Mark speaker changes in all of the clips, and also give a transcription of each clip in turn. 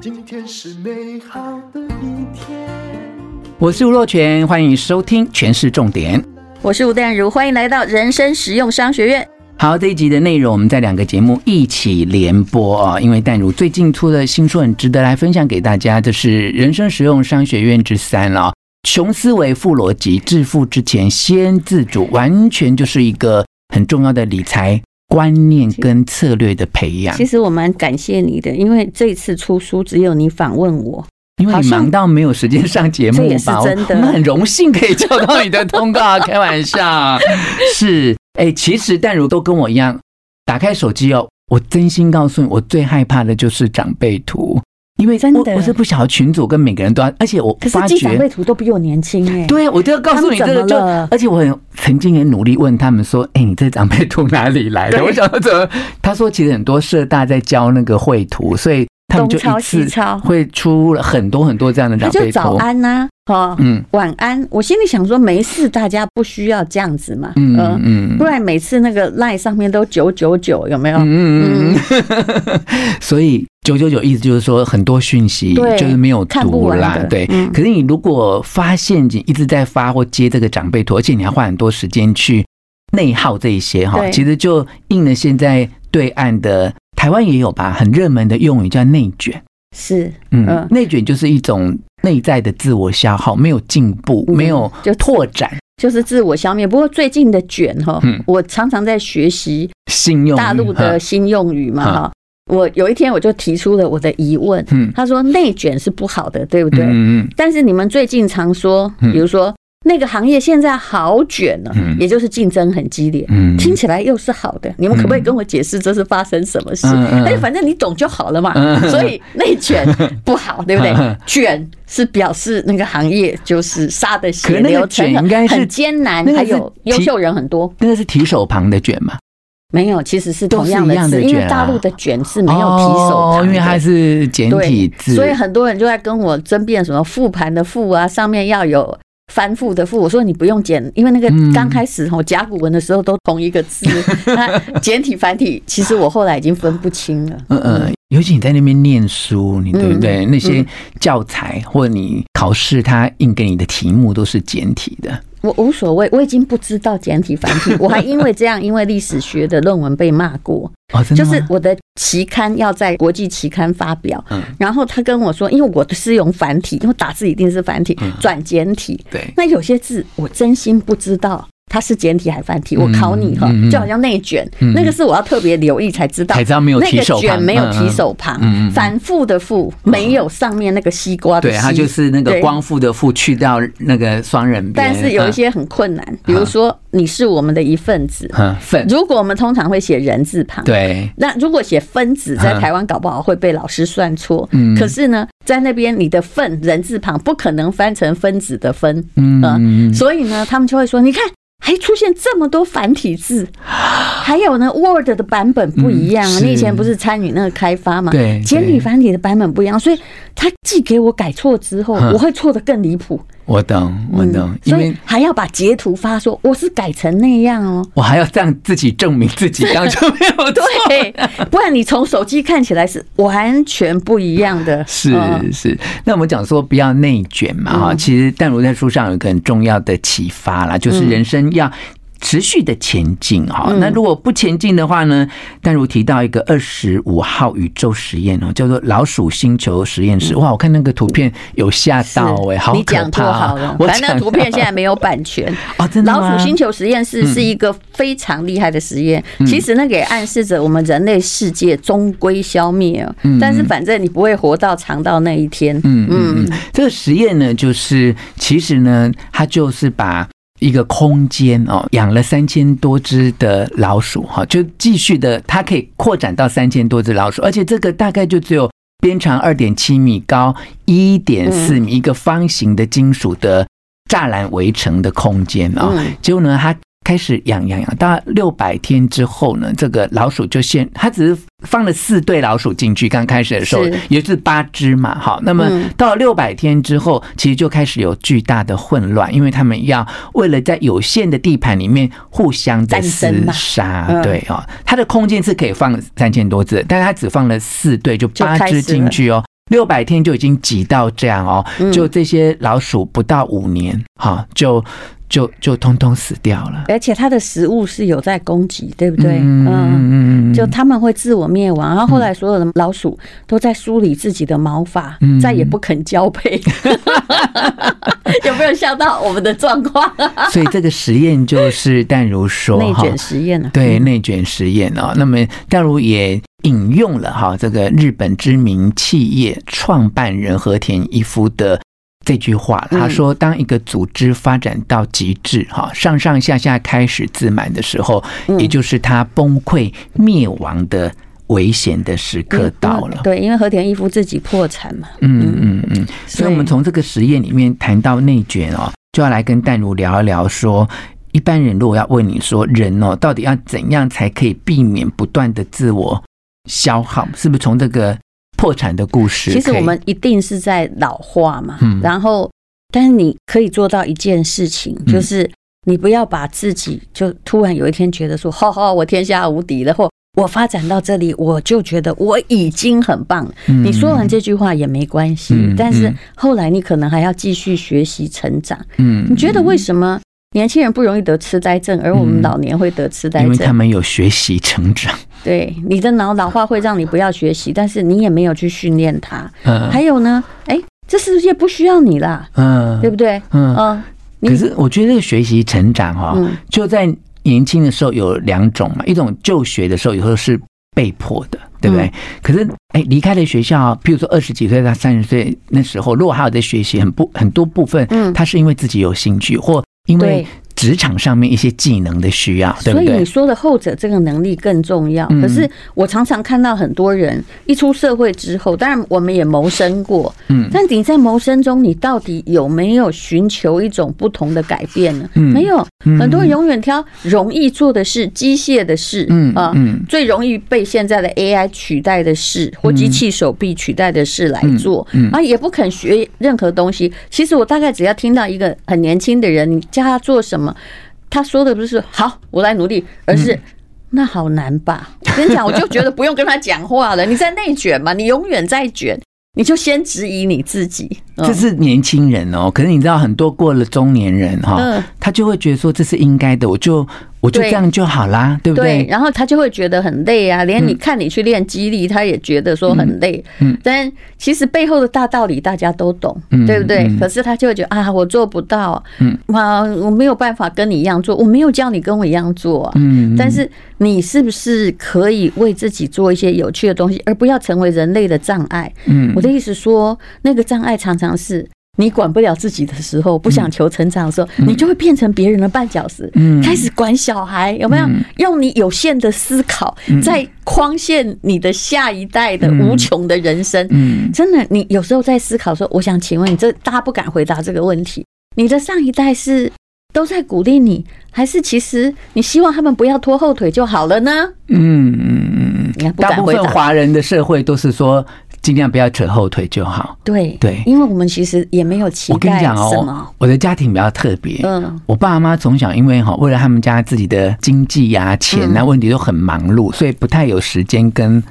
Speaker 1: 今天是美好的一天。
Speaker 2: 我是吴若全，欢迎收听《全市重点》。
Speaker 3: 我是吴淡如，欢迎来到人生实用商学院。
Speaker 2: 好，这一集的内容我们在两个节目一起联播啊、因为淡如最近出的新书很值得来分享给大家，这是《人生实用商学院之三》了、啊。穷思维、富逻辑，致富之前先自主，完全就是一个很重要的理财观念跟策略的培养
Speaker 3: 其。实我蛮感谢你的，因为这次出书只有你访问我，
Speaker 2: 因为
Speaker 3: 好
Speaker 2: 你
Speaker 3: 像
Speaker 2: 忙到没有时间上节目
Speaker 3: 这也是
Speaker 2: 吧？我
Speaker 3: 真的
Speaker 2: 我们很荣幸可以接到你的通告啊， 开玩笑。是，哎、其实淡如都跟我一样，打开手机哦，我真心告诉你，我最害怕的就是长辈图，因为
Speaker 3: 真
Speaker 2: 我
Speaker 3: 的
Speaker 2: 我是不晓得群主跟每个人都要，而且我
Speaker 3: 可是
Speaker 2: 发
Speaker 3: 记长
Speaker 2: 觉
Speaker 3: 辈。图都比我年轻哎、
Speaker 2: 对，我就要告诉你
Speaker 3: 他
Speaker 2: 这
Speaker 3: 们
Speaker 2: 个
Speaker 3: 怎么
Speaker 2: 就
Speaker 3: 了，
Speaker 2: 而且我很曾经也努力问他们说：“哎、你这长辈图哪里来的？”我想说怎么？他说其实很多社大在教那个绘图，所以他们就
Speaker 3: 东抄
Speaker 2: 一
Speaker 3: 西
Speaker 2: 次
Speaker 3: 抄
Speaker 2: 会出了很多很多这样的
Speaker 3: 他
Speaker 2: 长
Speaker 3: 就
Speaker 2: 辈
Speaker 3: 早
Speaker 2: 图。
Speaker 3: 安呐、哦，
Speaker 2: 嗯
Speaker 3: 晚安。我心里想说，没事，大家不需要这样子嘛，
Speaker 2: 嗯
Speaker 3: 呃，
Speaker 2: 嗯
Speaker 3: 不然每次那个 line 上面都九九九，有没有？
Speaker 2: 嗯嗯
Speaker 3: 啊
Speaker 2: 嗯， 所以九九九意思就是说很多讯息
Speaker 3: 对
Speaker 2: 就是没有
Speaker 3: 看不
Speaker 2: 读
Speaker 3: 完
Speaker 2: 啦
Speaker 3: 的，
Speaker 2: 对。
Speaker 3: 嗯
Speaker 2: 可是你如果发现你一直在发或接这个长辈图，而且你还花很多时间去内耗这一些哈，
Speaker 3: 对
Speaker 2: 其实就应了现在对岸的台湾也有吧，很热门的用语叫内卷。
Speaker 3: 是，
Speaker 2: 嗯
Speaker 3: 嗯，
Speaker 2: 内卷就是一种内在的自我消耗，没有进步，
Speaker 3: 嗯
Speaker 2: 没有
Speaker 3: 就
Speaker 2: 拓展
Speaker 3: 就是自我消灭。不过最近的卷哈，
Speaker 2: 嗯
Speaker 3: 我常常在学习
Speaker 2: 信用
Speaker 3: 大陆的新用语嘛
Speaker 2: 嗯
Speaker 3: 哈。我有一天我就提出了我的疑问，
Speaker 2: 嗯
Speaker 3: 他说内卷是不好的，对不
Speaker 2: 嗯
Speaker 3: 对？
Speaker 2: 嗯
Speaker 3: 但是你们最近常说，
Speaker 2: 嗯
Speaker 3: 比如说那个行业现在好卷呢、
Speaker 2: 嗯
Speaker 3: 也就是竞争很激烈。
Speaker 2: 嗯，
Speaker 3: 听起来又是好的，你们可不可以跟我解释这是发生什么事？
Speaker 2: 嗯嗯
Speaker 3: 哎，反正你懂就好了嘛
Speaker 2: 嗯。
Speaker 3: 所以内卷不好，对不对
Speaker 2: 嗯？
Speaker 3: 卷是表示那个行业就是杀的
Speaker 2: 可是
Speaker 3: 血
Speaker 2: 那个
Speaker 3: 流成
Speaker 2: 卷
Speaker 3: 河，
Speaker 2: 应该是
Speaker 3: 很艰难
Speaker 2: 那，个
Speaker 3: 还
Speaker 2: 是
Speaker 3: 有优
Speaker 2: 提
Speaker 3: 秀人很多。
Speaker 2: 那个是提手旁的卷嘛。
Speaker 3: 没有，其实是
Speaker 2: 都
Speaker 3: 同
Speaker 2: 是
Speaker 3: 样
Speaker 2: 一
Speaker 3: 的
Speaker 2: 样的
Speaker 3: 字，因为
Speaker 2: 卷啊
Speaker 3: 大陆的卷是没有提手
Speaker 2: 哦
Speaker 3: 旁，的，
Speaker 2: 因为它是简体字，
Speaker 3: 对，所以很多人就在跟我争辩什么复盘的复啊，上面要有翻覆的覆。我说你不用简，因为那个
Speaker 2: 嗯
Speaker 3: 刚开始我甲骨文的时候都同一个 字，那简体繁体其实我后来已经分不清了。
Speaker 2: 嗯嗯，尤其你在那边念书，你对不对？
Speaker 3: 嗯
Speaker 2: 那些教材或者你考试，它印给你的题目都是简体的。
Speaker 3: 我无所谓，我已经不知道简体繁体，我还因为这样，因为历史学的论文被骂过。
Speaker 2: 哦，真
Speaker 3: 就
Speaker 2: 的吗
Speaker 3: 是我的期刊要在国际期刊发表，
Speaker 2: 嗯
Speaker 3: 然后他跟我说，因为我的是用繁体，因为打字一定是繁体，
Speaker 2: 嗯
Speaker 3: 转简体。
Speaker 2: 对，
Speaker 3: 那有些字我真心不知道它是简体还繁体，我考你哈
Speaker 2: 嗯嗯嗯，
Speaker 3: 就好像内卷
Speaker 2: 嗯，
Speaker 3: 那个是我要特别留意才知道
Speaker 2: 才。知道没有
Speaker 3: 那
Speaker 2: 提
Speaker 3: 个
Speaker 2: 手
Speaker 3: 卷
Speaker 2: 旁，
Speaker 3: 没有
Speaker 2: 嗯
Speaker 3: 提。手旁
Speaker 2: 嗯嗯嗯，哦
Speaker 3: 反复的复没有上面那个西瓜的
Speaker 2: 对，
Speaker 3: 西，
Speaker 2: 它就是那个
Speaker 3: 对
Speaker 2: 光复的复去掉那个双人边，嗯
Speaker 3: 但是有一些很困难，比如说你是我们的一份子，
Speaker 2: 嗯粉，
Speaker 3: 如果我们通常会写人字旁，
Speaker 2: 对，
Speaker 3: 那如果写分子，在
Speaker 2: 嗯
Speaker 3: 台湾搞不好会被老师算错。
Speaker 2: 嗯
Speaker 3: 可是呢，在那边你的份人字旁不可能翻成分子的分，呃
Speaker 2: 嗯，
Speaker 3: 所以呢，他们就会说，你看。还出现这么多繁 体字，还有呢，Word 的版本不一样啊。
Speaker 2: 嗯是
Speaker 3: 你以前不是参与那个开发嘛？
Speaker 2: 对
Speaker 3: 简
Speaker 2: 对
Speaker 3: 体繁体的版本不一样，所以他寄给我改错之后，
Speaker 2: 嗯
Speaker 3: 我会错的更离谱。
Speaker 2: 我懂，我懂，因
Speaker 3: 嗯所
Speaker 2: 为
Speaker 3: 以还要把截图发说我是改成那样哦。
Speaker 2: 我还要这样自己证明自 己，当初没有错。
Speaker 3: 对，不然你从手机看起来是完全不一样的。
Speaker 2: 是
Speaker 3: 嗯
Speaker 2: 是，那我们讲说不要内卷嘛哈，
Speaker 3: 嗯
Speaker 2: 其实淡如在书上有一个很重要的启发啦，就是人生要。持续的前进哈，
Speaker 3: 嗯
Speaker 2: 那如果不前进的话呢？淡如提到一个二十五号宇宙实验哦，叫做老鼠星球实验室。哇，我看那个图片有吓到哎、好
Speaker 3: 嗯你
Speaker 2: 可
Speaker 3: 讲
Speaker 2: 怕
Speaker 3: 错好
Speaker 2: 啊
Speaker 3: 了！，
Speaker 2: 我
Speaker 3: 反正那
Speaker 2: 讲
Speaker 3: 图片
Speaker 2: 到
Speaker 3: 现在没有版权。
Speaker 2: 哦，真的
Speaker 3: 老
Speaker 2: 吗嗯
Speaker 3: 鼠星球实验室是一个非常厉害的实验，其实那个也暗示着我们人类世界终归消灭哦。但是反正你不会活到长到那一天。
Speaker 2: 嗯嗯，嗯，这个实验呢，就是其实呢，它就是把一个空间哦，养了三千多只的老鼠哈、就继续的，它可以扩展到三千多只老鼠，而且这个大概就只有边长二点七米、高一点四
Speaker 3: 嗯
Speaker 2: 米、一个方形的金属的栅栏围成的空间啊、哦。
Speaker 3: 嗯
Speaker 2: 结果呢，它开始养养养，到六百天之后呢，这个老鼠就先，它只是放了四对老鼠进去，刚开始的时候
Speaker 3: 是
Speaker 2: 也就是八只嘛，好，那么
Speaker 3: 嗯
Speaker 2: 到六百天之后，其实就开始有巨大的混乱，因为他们要为了在有限的地盘里面互相的
Speaker 3: 战
Speaker 2: 厮
Speaker 3: 争嘛
Speaker 2: 杀，
Speaker 3: 嗯
Speaker 2: 对哦，它的空间是可以放三千多只，但是它只放了四对，就
Speaker 3: 就
Speaker 2: 八
Speaker 3: 开
Speaker 2: 只
Speaker 3: 始
Speaker 2: 进
Speaker 3: 了
Speaker 2: 去哦。六百天就已经挤到这样哦，
Speaker 3: 嗯
Speaker 2: 就这些老鼠不到五年，哈、就就就通通死掉了。
Speaker 3: 而且它的食物是有在供给，对不对？
Speaker 2: 嗯嗯嗯
Speaker 3: 就他们会自我灭亡，然后后来所有的老鼠都在梳理自己的毛发，
Speaker 2: 嗯
Speaker 3: 再也不肯 交配。有没有想到我们的状况？
Speaker 2: 所以这个实验就是淡如说
Speaker 3: 内
Speaker 2: 哈
Speaker 3: 卷实验啊，
Speaker 2: 对内卷实验哦，那么淡如也引用了哈这个日本知名企业创办人和田一夫的这句话，
Speaker 3: 嗯
Speaker 2: 他说：“当一个组织发展到极致，哈上上下下开始自满的时候，
Speaker 3: 嗯
Speaker 2: 也就是它崩溃灭亡的危险的时刻
Speaker 3: 嗯
Speaker 2: 到了。
Speaker 3: 对，因为和田一夫自己破产嘛，
Speaker 2: 嗯嗯嗯，所以我们
Speaker 3: 对
Speaker 2: 从这个实验里面谈到内卷哦，就要来跟淡如聊一聊说。一般人如果要问你说人哦，到底要怎样才可以避免不断的自我消耗？是不是从这个破产的故事可以？
Speaker 3: 其实我们一定是在老化嘛，
Speaker 2: 嗯
Speaker 3: 然后，但是你可以做到一件事情，
Speaker 2: 嗯
Speaker 3: 就是你不要把自己就突然有一天觉得说，哈、哈，我天下无敌了，或我发展到这里，我就觉得我已经很棒了。
Speaker 2: 嗯
Speaker 3: 你说完这句话也没关系，
Speaker 2: 嗯
Speaker 3: 但是
Speaker 2: 嗯
Speaker 3: 后来你可能还要继续学习成长。
Speaker 2: 嗯，
Speaker 3: 你觉得为什么年轻人不容易得痴呆症，而我
Speaker 2: 嗯
Speaker 3: 们老年会得痴呆
Speaker 2: 因为
Speaker 3: 症？
Speaker 2: 他们有学习成长，
Speaker 3: 对，你的脑老化会让你不要学习，但是你也没有去训练它。
Speaker 2: 嗯
Speaker 3: 还有呢，哎，这世界不需要你啦，对
Speaker 2: 嗯
Speaker 3: 不对？
Speaker 2: 嗯。
Speaker 3: 嗯，你
Speaker 2: 可是我觉得这个学习成长哈、哦
Speaker 3: 嗯，
Speaker 2: 就在年轻的时候有两种嘛，一种就学的时候有时候是被迫的，对不对？
Speaker 3: 嗯
Speaker 2: 可是哎，离开了学校，譬如说二十几岁到三十岁那时候，如果还有在学习，很不很多部分，
Speaker 3: 嗯
Speaker 2: 他是因为自己有兴趣或因为
Speaker 3: 对
Speaker 2: 职场上面一些技能的需要，对不
Speaker 3: 所以
Speaker 2: 对
Speaker 3: 你？说的后者这个能力更重要。
Speaker 2: 嗯
Speaker 3: 可是我常常看到很多人一出社会之后，当然我们也谋生过，
Speaker 2: 嗯
Speaker 3: 但你在谋生中，你到底有没有寻求一种不同的改变呢？
Speaker 2: 嗯
Speaker 3: 没有，
Speaker 2: 嗯
Speaker 3: 很多人永远挑容易做的事、机械的事，
Speaker 2: 嗯
Speaker 3: 啊、
Speaker 2: 嗯
Speaker 3: 最容易被现在的 AI 取代的事或机器手臂取代的事来做，
Speaker 2: 嗯嗯
Speaker 3: 啊，也不肯学任何东西。其实我大概只要听到一个很年轻的人，你叫他做什么，他说的不是“好，我来努力”，而是。
Speaker 2: 嗯
Speaker 3: 那好难吧？ 我跟你讲，我就觉得不用跟他讲话了。你在内卷嘛，你永远在卷，你就先质疑你自己。嗯
Speaker 2: 这是年轻人哦，可是你知道很多过了中年人哈、
Speaker 3: 嗯
Speaker 2: 他就会觉得说这是应该的，我就我就这
Speaker 3: 对
Speaker 2: 样就好啦，对不嗯
Speaker 3: 对，然后他就会觉得很累啊，连你看你去练肌力，他也觉得说很累。
Speaker 2: 嗯嗯
Speaker 3: 但其实背后的大道理大家都懂，
Speaker 2: 嗯
Speaker 3: 对不对？
Speaker 2: 嗯
Speaker 3: 可是他就会觉得啊，我做不到，
Speaker 2: 嗯，
Speaker 3: 啊，我没有办法跟你一样做，我没有叫你跟我一样做啊。
Speaker 2: 嗯，
Speaker 3: 但是你是不是可以为自己做一些有趣的东西，而不要成为人类的障碍？
Speaker 2: 嗯
Speaker 3: 我的意思说，那个障碍常常是你管不了自己的时候，不想求成长的时候，你就会变成别人的绊脚石，
Speaker 2: 嗯
Speaker 3: 开始管小孩，有没有？用你有限的思考，
Speaker 2: 嗯
Speaker 3: 在框限你的下一代的无穷的人生。
Speaker 2: 嗯。
Speaker 3: 真的，你有时候在思考说，我想请问你，这大家不敢回答这个问题，你的上一代是？都在鼓励你，还是其实你希望他们不要拖后腿就好了呢？
Speaker 2: 嗯嗯嗯，
Speaker 3: 你看，不
Speaker 2: 大
Speaker 3: 敢
Speaker 2: 部
Speaker 3: 回
Speaker 2: 分
Speaker 3: 答。
Speaker 2: 华人的社会都是说尽量不要扯后腿就好。
Speaker 3: 对
Speaker 2: 对
Speaker 3: 因为我们其实也没有期
Speaker 2: 我跟你
Speaker 3: 待
Speaker 2: 讲
Speaker 3: 什
Speaker 2: 哦
Speaker 3: 么，，
Speaker 2: 我的家庭比较特别。
Speaker 3: 嗯，
Speaker 2: 我爸妈从小因为哈，为了他们家自己的经济呀、钱
Speaker 3: 嗯
Speaker 2: 啊问题都很忙碌，所以不太有时间跟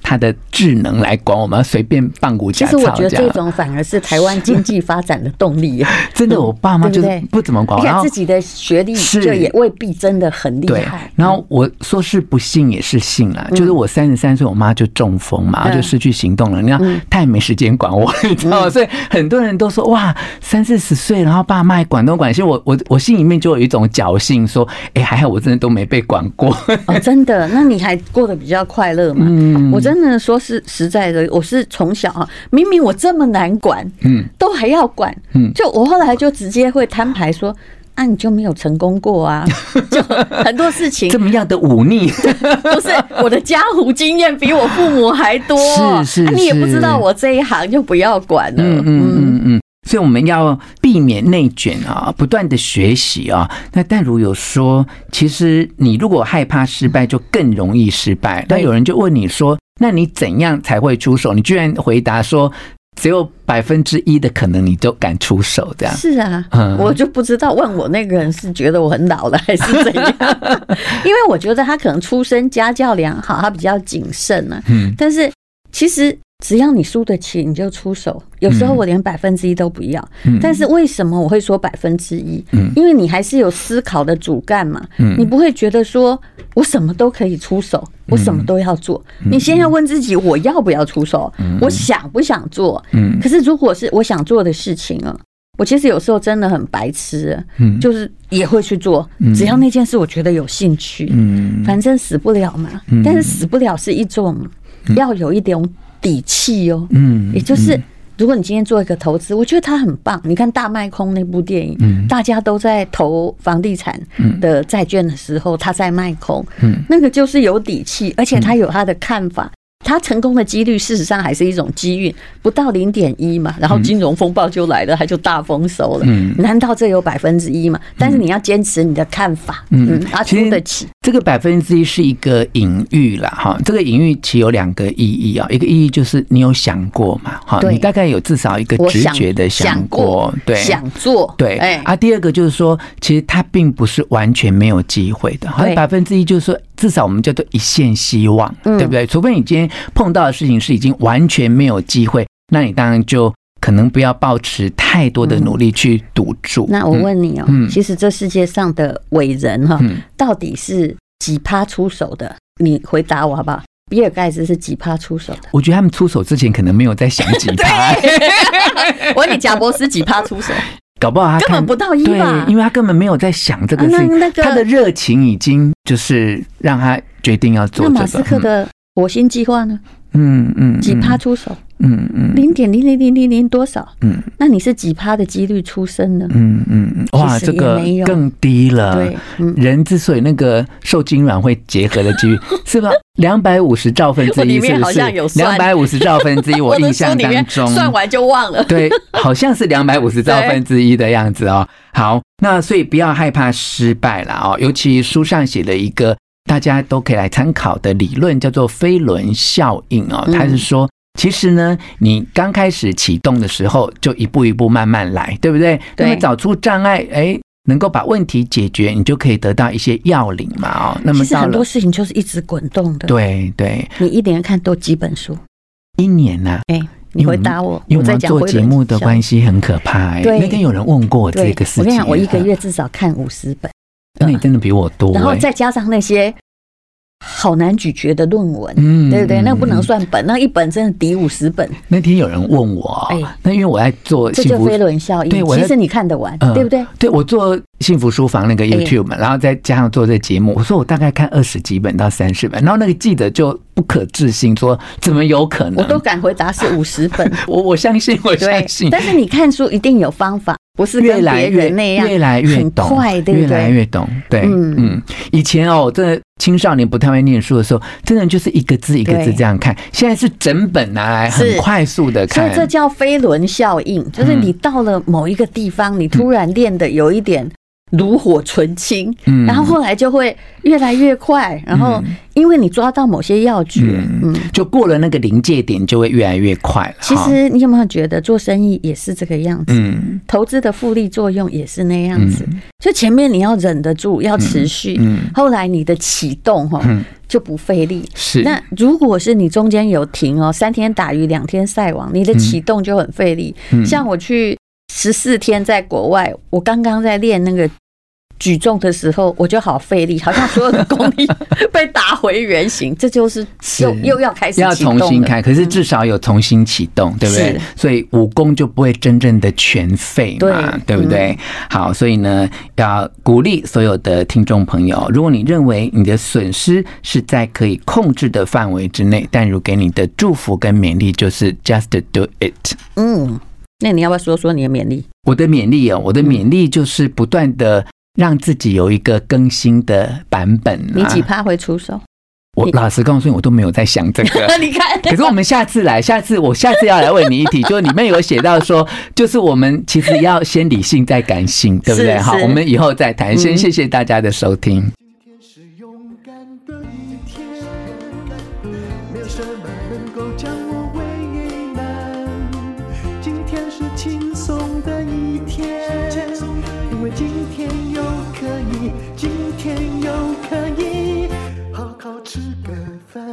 Speaker 2: 他的智能来管我们，随便放股
Speaker 3: 其
Speaker 2: 假
Speaker 3: 实
Speaker 2: 操
Speaker 3: 我觉得
Speaker 2: 这
Speaker 3: 这
Speaker 2: 样。
Speaker 3: 种反而是台湾经济发展的动力。
Speaker 2: 真的，我爸妈就
Speaker 3: 嗯对
Speaker 2: 是
Speaker 3: 不对
Speaker 2: 不怎么管
Speaker 3: 你
Speaker 2: 我，然
Speaker 3: 看
Speaker 2: 后
Speaker 3: 自己的学历，
Speaker 2: 是
Speaker 3: 就也未必真的很厉
Speaker 2: 对
Speaker 3: 害，。
Speaker 2: 然后我说是不幸也是幸啦，
Speaker 3: 嗯
Speaker 2: 就是我三十三岁，我妈就中风嘛，然后就
Speaker 3: 嗯
Speaker 2: 失去行动了。你看
Speaker 3: 嗯，
Speaker 2: 她也没时间管我，你知道吗？所以很多人都说哇，三四十岁，然后爸妈还管东管西，我我我心里面就有一种侥幸，说哎，还好我真的都没被管过。
Speaker 3: 哦，真的，那你还过得比较快乐嘛？
Speaker 2: 嗯
Speaker 3: 我真的说是实在的，我是从小啊，明明我这么难管，
Speaker 2: 嗯，
Speaker 3: 都还要管，
Speaker 2: 嗯
Speaker 3: 就我后来就直接会摊牌说，啊，你就没有成功 过啊，就很多事 情
Speaker 2: 这么样的忤逆，
Speaker 3: 不是我的江湖经验比我父母还多，
Speaker 2: 是是
Speaker 3: 啊、你也不
Speaker 2: 是
Speaker 3: 知道我这一行就不要管了，
Speaker 2: 嗯嗯嗯嗯。所以我们要避免内卷啊，不断的学习啊。那淡如有说，其实你如果害怕失败，就更容易失败。那
Speaker 3: 对
Speaker 2: 有人就问你说，那你怎样才会出手？你居然回答说，只有百分之一的可能你就敢出手，这样。
Speaker 3: 是啊，
Speaker 2: 嗯
Speaker 3: 我就不知道问我那个人是觉得我很老了还是怎 样，因为我觉得他可能出身家教良好，他比较谨慎啊。
Speaker 2: 嗯
Speaker 3: 但是其实只要你输得起，你就出手。有时候我连百分之一都不要，
Speaker 2: 嗯
Speaker 3: 但是为什么我会说百分之一？
Speaker 2: 嗯
Speaker 3: 因为你还是有思考的主干嘛，
Speaker 2: 嗯
Speaker 3: 你不会觉得说我什么都可以出手，我什么都要做。
Speaker 2: 嗯
Speaker 3: 你先要问自己，我要不要出手？我想不想做？
Speaker 2: 嗯
Speaker 3: 可是如果是我想做的事情啊，我其实有时候真的很白痴，
Speaker 2: 嗯
Speaker 3: 就是也会去做，只要那件事我觉得有兴趣，
Speaker 2: 嗯
Speaker 3: 反正死不了嘛。但是死不了是一种要有一点底气哦，
Speaker 2: 嗯
Speaker 3: 也就是。如果你今天做一个投资，我觉得它很棒。你看《大卖空》那部电影，
Speaker 2: 嗯
Speaker 3: 大家都在投房地产的债券的时候，他在卖空，
Speaker 2: 嗯
Speaker 3: 那个就是有底气，而且他有他的看法。他成功的几率，事实上还是一种机运，不到零点一嘛。然后金融风暴就来了，他就大丰收了。
Speaker 2: 嗯
Speaker 3: 难道这有百分之一吗？但是你要坚持你的看法，
Speaker 2: 嗯
Speaker 3: 嗯，啊，
Speaker 2: 其实
Speaker 3: 输得起，
Speaker 2: 这个百分之一是一个隐喻啦，哈，这个隐喻其实有两个意义啊，一个意义就是你有想过嘛，哈，
Speaker 3: 对
Speaker 2: 你大概有至少一个
Speaker 3: 我
Speaker 2: 直
Speaker 3: 想
Speaker 2: 觉的
Speaker 3: 想
Speaker 2: 过，对，
Speaker 3: 想做，
Speaker 2: 对，
Speaker 3: 哎，
Speaker 2: 啊，第二个就是说，其实它并不是完全没有机会的，好像
Speaker 3: 对
Speaker 2: 百分之一就是说，至少我们叫做一线希望，
Speaker 3: 嗯
Speaker 2: 对不对？除非你今天碰到的事情是已经完全没有机会，那你当然就可能不要抱持太多的努力去赌注。
Speaker 3: 嗯那我问你哦、
Speaker 2: 嗯
Speaker 3: 其实这世界上的伟人哈、
Speaker 2: 嗯
Speaker 3: 到底是几趴出手的？你回答我好不好？比尔盖茨是几趴出手 的？
Speaker 2: 我觉得他们出手之前可能没有在想几 趴，
Speaker 3: 我问你，贾伯斯几趴出 手？
Speaker 2: 搞不好他
Speaker 3: 根本
Speaker 2: 看
Speaker 3: 不到一
Speaker 2: 对
Speaker 3: 吧，
Speaker 2: 因？为他根本没有在想这个
Speaker 3: 啊
Speaker 2: 事
Speaker 3: 那
Speaker 2: 情，
Speaker 3: 那个
Speaker 2: 他的热情已经就是让他决定要做
Speaker 3: 那
Speaker 2: 这个。
Speaker 3: 马斯克的火星计划呢？
Speaker 2: 嗯嗯嗯
Speaker 3: 几趴出手？
Speaker 2: 嗯嗯
Speaker 3: 零点零零零零零多少？
Speaker 2: 嗯，
Speaker 3: 那你是几趴的几率出生呢？
Speaker 2: 嗯嗯嗯，哇，
Speaker 3: 其实
Speaker 2: 这个
Speaker 3: 也没有
Speaker 2: 更低了。
Speaker 3: 对嗯
Speaker 2: 人之所以那个受精卵会结合的 几率是吧？两百五十兆分之
Speaker 3: 我
Speaker 2: 一，
Speaker 3: 里
Speaker 2: 是
Speaker 3: 面
Speaker 2: 不
Speaker 3: 好
Speaker 2: 是
Speaker 3: 像有？
Speaker 2: 两
Speaker 3: 算
Speaker 2: 百五十兆分之 一，我
Speaker 3: 的
Speaker 2: 印
Speaker 3: 书
Speaker 2: 象
Speaker 3: 里面
Speaker 2: 当中
Speaker 3: 算完就忘 了。
Speaker 2: 对，好像是两百五十兆分之一的样子哦。好，那所以不要害怕失败啦哦，尤其书上写了一个大家都可以来参考的理论，叫做飞轮效应哦。
Speaker 3: 嗯
Speaker 2: 它是说，其实呢，你刚开始启动的时候，就一步一步慢慢来，对不对？
Speaker 3: 对
Speaker 2: 那么找出障碍，哎。能够把问题解决，你就可以得到一些要领嘛哦。那么
Speaker 3: 其实
Speaker 2: 到
Speaker 3: 很
Speaker 2: 了
Speaker 3: 多，事情就是一直滚动的。，
Speaker 2: 对对，
Speaker 3: 你一连看都几本书。
Speaker 2: 一年呐、
Speaker 3: 哎，你回答我，
Speaker 2: 因为
Speaker 3: 我
Speaker 2: 我
Speaker 3: 在
Speaker 2: 们
Speaker 3: 讲
Speaker 2: 做节目的关
Speaker 3: 系。
Speaker 2: 系很可怕、欸，
Speaker 3: 对
Speaker 2: 那天有人问过我
Speaker 3: 对，
Speaker 2: 这个事情、啊
Speaker 3: 我跟你讲，我一个，月至少看五十本，
Speaker 2: 那你真的比我多、欸，
Speaker 3: 然后再加上那些好难咀嚼的论文，
Speaker 2: 嗯
Speaker 3: 对不对？那不能
Speaker 2: 嗯呃
Speaker 3: 算本，那一本真的抵五十本，
Speaker 2: 那天有人问我，
Speaker 3: 哎
Speaker 2: 那因为我在做
Speaker 3: 这
Speaker 2: 幸
Speaker 3: 就
Speaker 2: 福
Speaker 3: 飞轮效应
Speaker 2: 对。我在
Speaker 3: 其实你看得完，
Speaker 2: 嗯
Speaker 3: 对不对？
Speaker 2: 对我做幸福书房那
Speaker 3: 哎
Speaker 2: 个 YouTube 嘛，然后再加上做这节目，我说我大概看二十几本到三十本，然后那个记者就不可置信说，怎么有可能？
Speaker 3: 我都敢回答是五十 本，
Speaker 2: 我我相信，我
Speaker 3: 对
Speaker 2: 相信。。
Speaker 3: 但是你看书一定有方法，不是
Speaker 2: 越
Speaker 3: 跟
Speaker 2: 来
Speaker 3: 别
Speaker 2: 越
Speaker 3: 人那样
Speaker 2: 越来越
Speaker 3: 很
Speaker 2: 懂，
Speaker 3: 快，对
Speaker 2: 越
Speaker 3: 不
Speaker 2: 来
Speaker 3: 对？
Speaker 2: 越懂，对，嗯
Speaker 3: 嗯
Speaker 2: 以前哦，真的青少年不太会念书的时候，真的就是一个字一个字
Speaker 3: 对
Speaker 2: 这样看，现在是整本拿来很
Speaker 3: 是
Speaker 2: 快速的
Speaker 3: 所
Speaker 2: 看
Speaker 3: 以，这叫飞轮效应，就是你到了某一个地方，你突然练的有一点炉火纯青，
Speaker 2: 嗯
Speaker 3: 然后后来就会越来越快，然后因为你抓到某些要诀，嗯。
Speaker 2: 就过了那个临界点，就会越来越快了。
Speaker 3: 其
Speaker 2: 哈，
Speaker 3: 实你有没有觉得做生意也是这个样子？
Speaker 2: 嗯
Speaker 3: 投资的复利作用也是那样子，就前面你要忍得住，要持续，
Speaker 2: 嗯
Speaker 3: 后来你的启动哈、
Speaker 2: 嗯
Speaker 3: 就不费力。
Speaker 2: 是，
Speaker 3: 那如果是你中间有停哦，三天打鱼两天晒网，你的启动就很费力。
Speaker 2: 嗯
Speaker 3: 像我去十四天在国外，我刚刚在练那个举重的时候，我就好费力，好像所有的功力被打回原形， 这就是
Speaker 2: 是
Speaker 3: 又又要开始
Speaker 2: 要
Speaker 3: 启动
Speaker 2: 重新
Speaker 3: 了
Speaker 2: 开，可是至少有重新启动，对不对
Speaker 3: 是？
Speaker 2: 所以武功就不会真正的全废嘛，对
Speaker 3: 对嗯
Speaker 2: 不对？好，所以呢，要鼓励所有的听众朋友，如果你认为你的损失是在可以控制的范围之内，但如给你的祝福跟勉励就是 just do it。
Speaker 3: 嗯，那你要不要说说你的勉励？
Speaker 2: 我的勉励哦，我
Speaker 3: 嗯
Speaker 2: 的勉励就是不断的让自己有一个更新的版本、啊。
Speaker 3: 你几趴会出手？
Speaker 2: 我老实告诉你，我都没有在想这个。
Speaker 3: 你看，
Speaker 2: 可是我们下次来，下次我下次要来问你一题，就里面有写到说，就是我们其实要先理性再感性，对不对？
Speaker 3: 是
Speaker 2: 好，
Speaker 3: 是嗯
Speaker 2: 我们以后再谈。先谢谢大家的收听。
Speaker 1: 今天是勇敢的一天，没有什么能够将我为难。今天是轻松的一天，因为今天又可以，今天又可以好好吃个饭，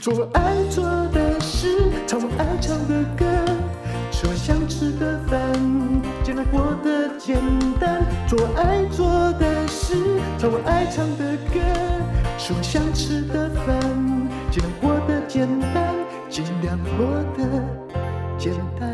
Speaker 1: 做我爱做的事，唱我爱唱的歌，吃我想吃的饭，尽量过得简单。做我爱做的事，唱我爱唱的歌，吃我想吃的饭，尽量过得简单，尽量过得简单。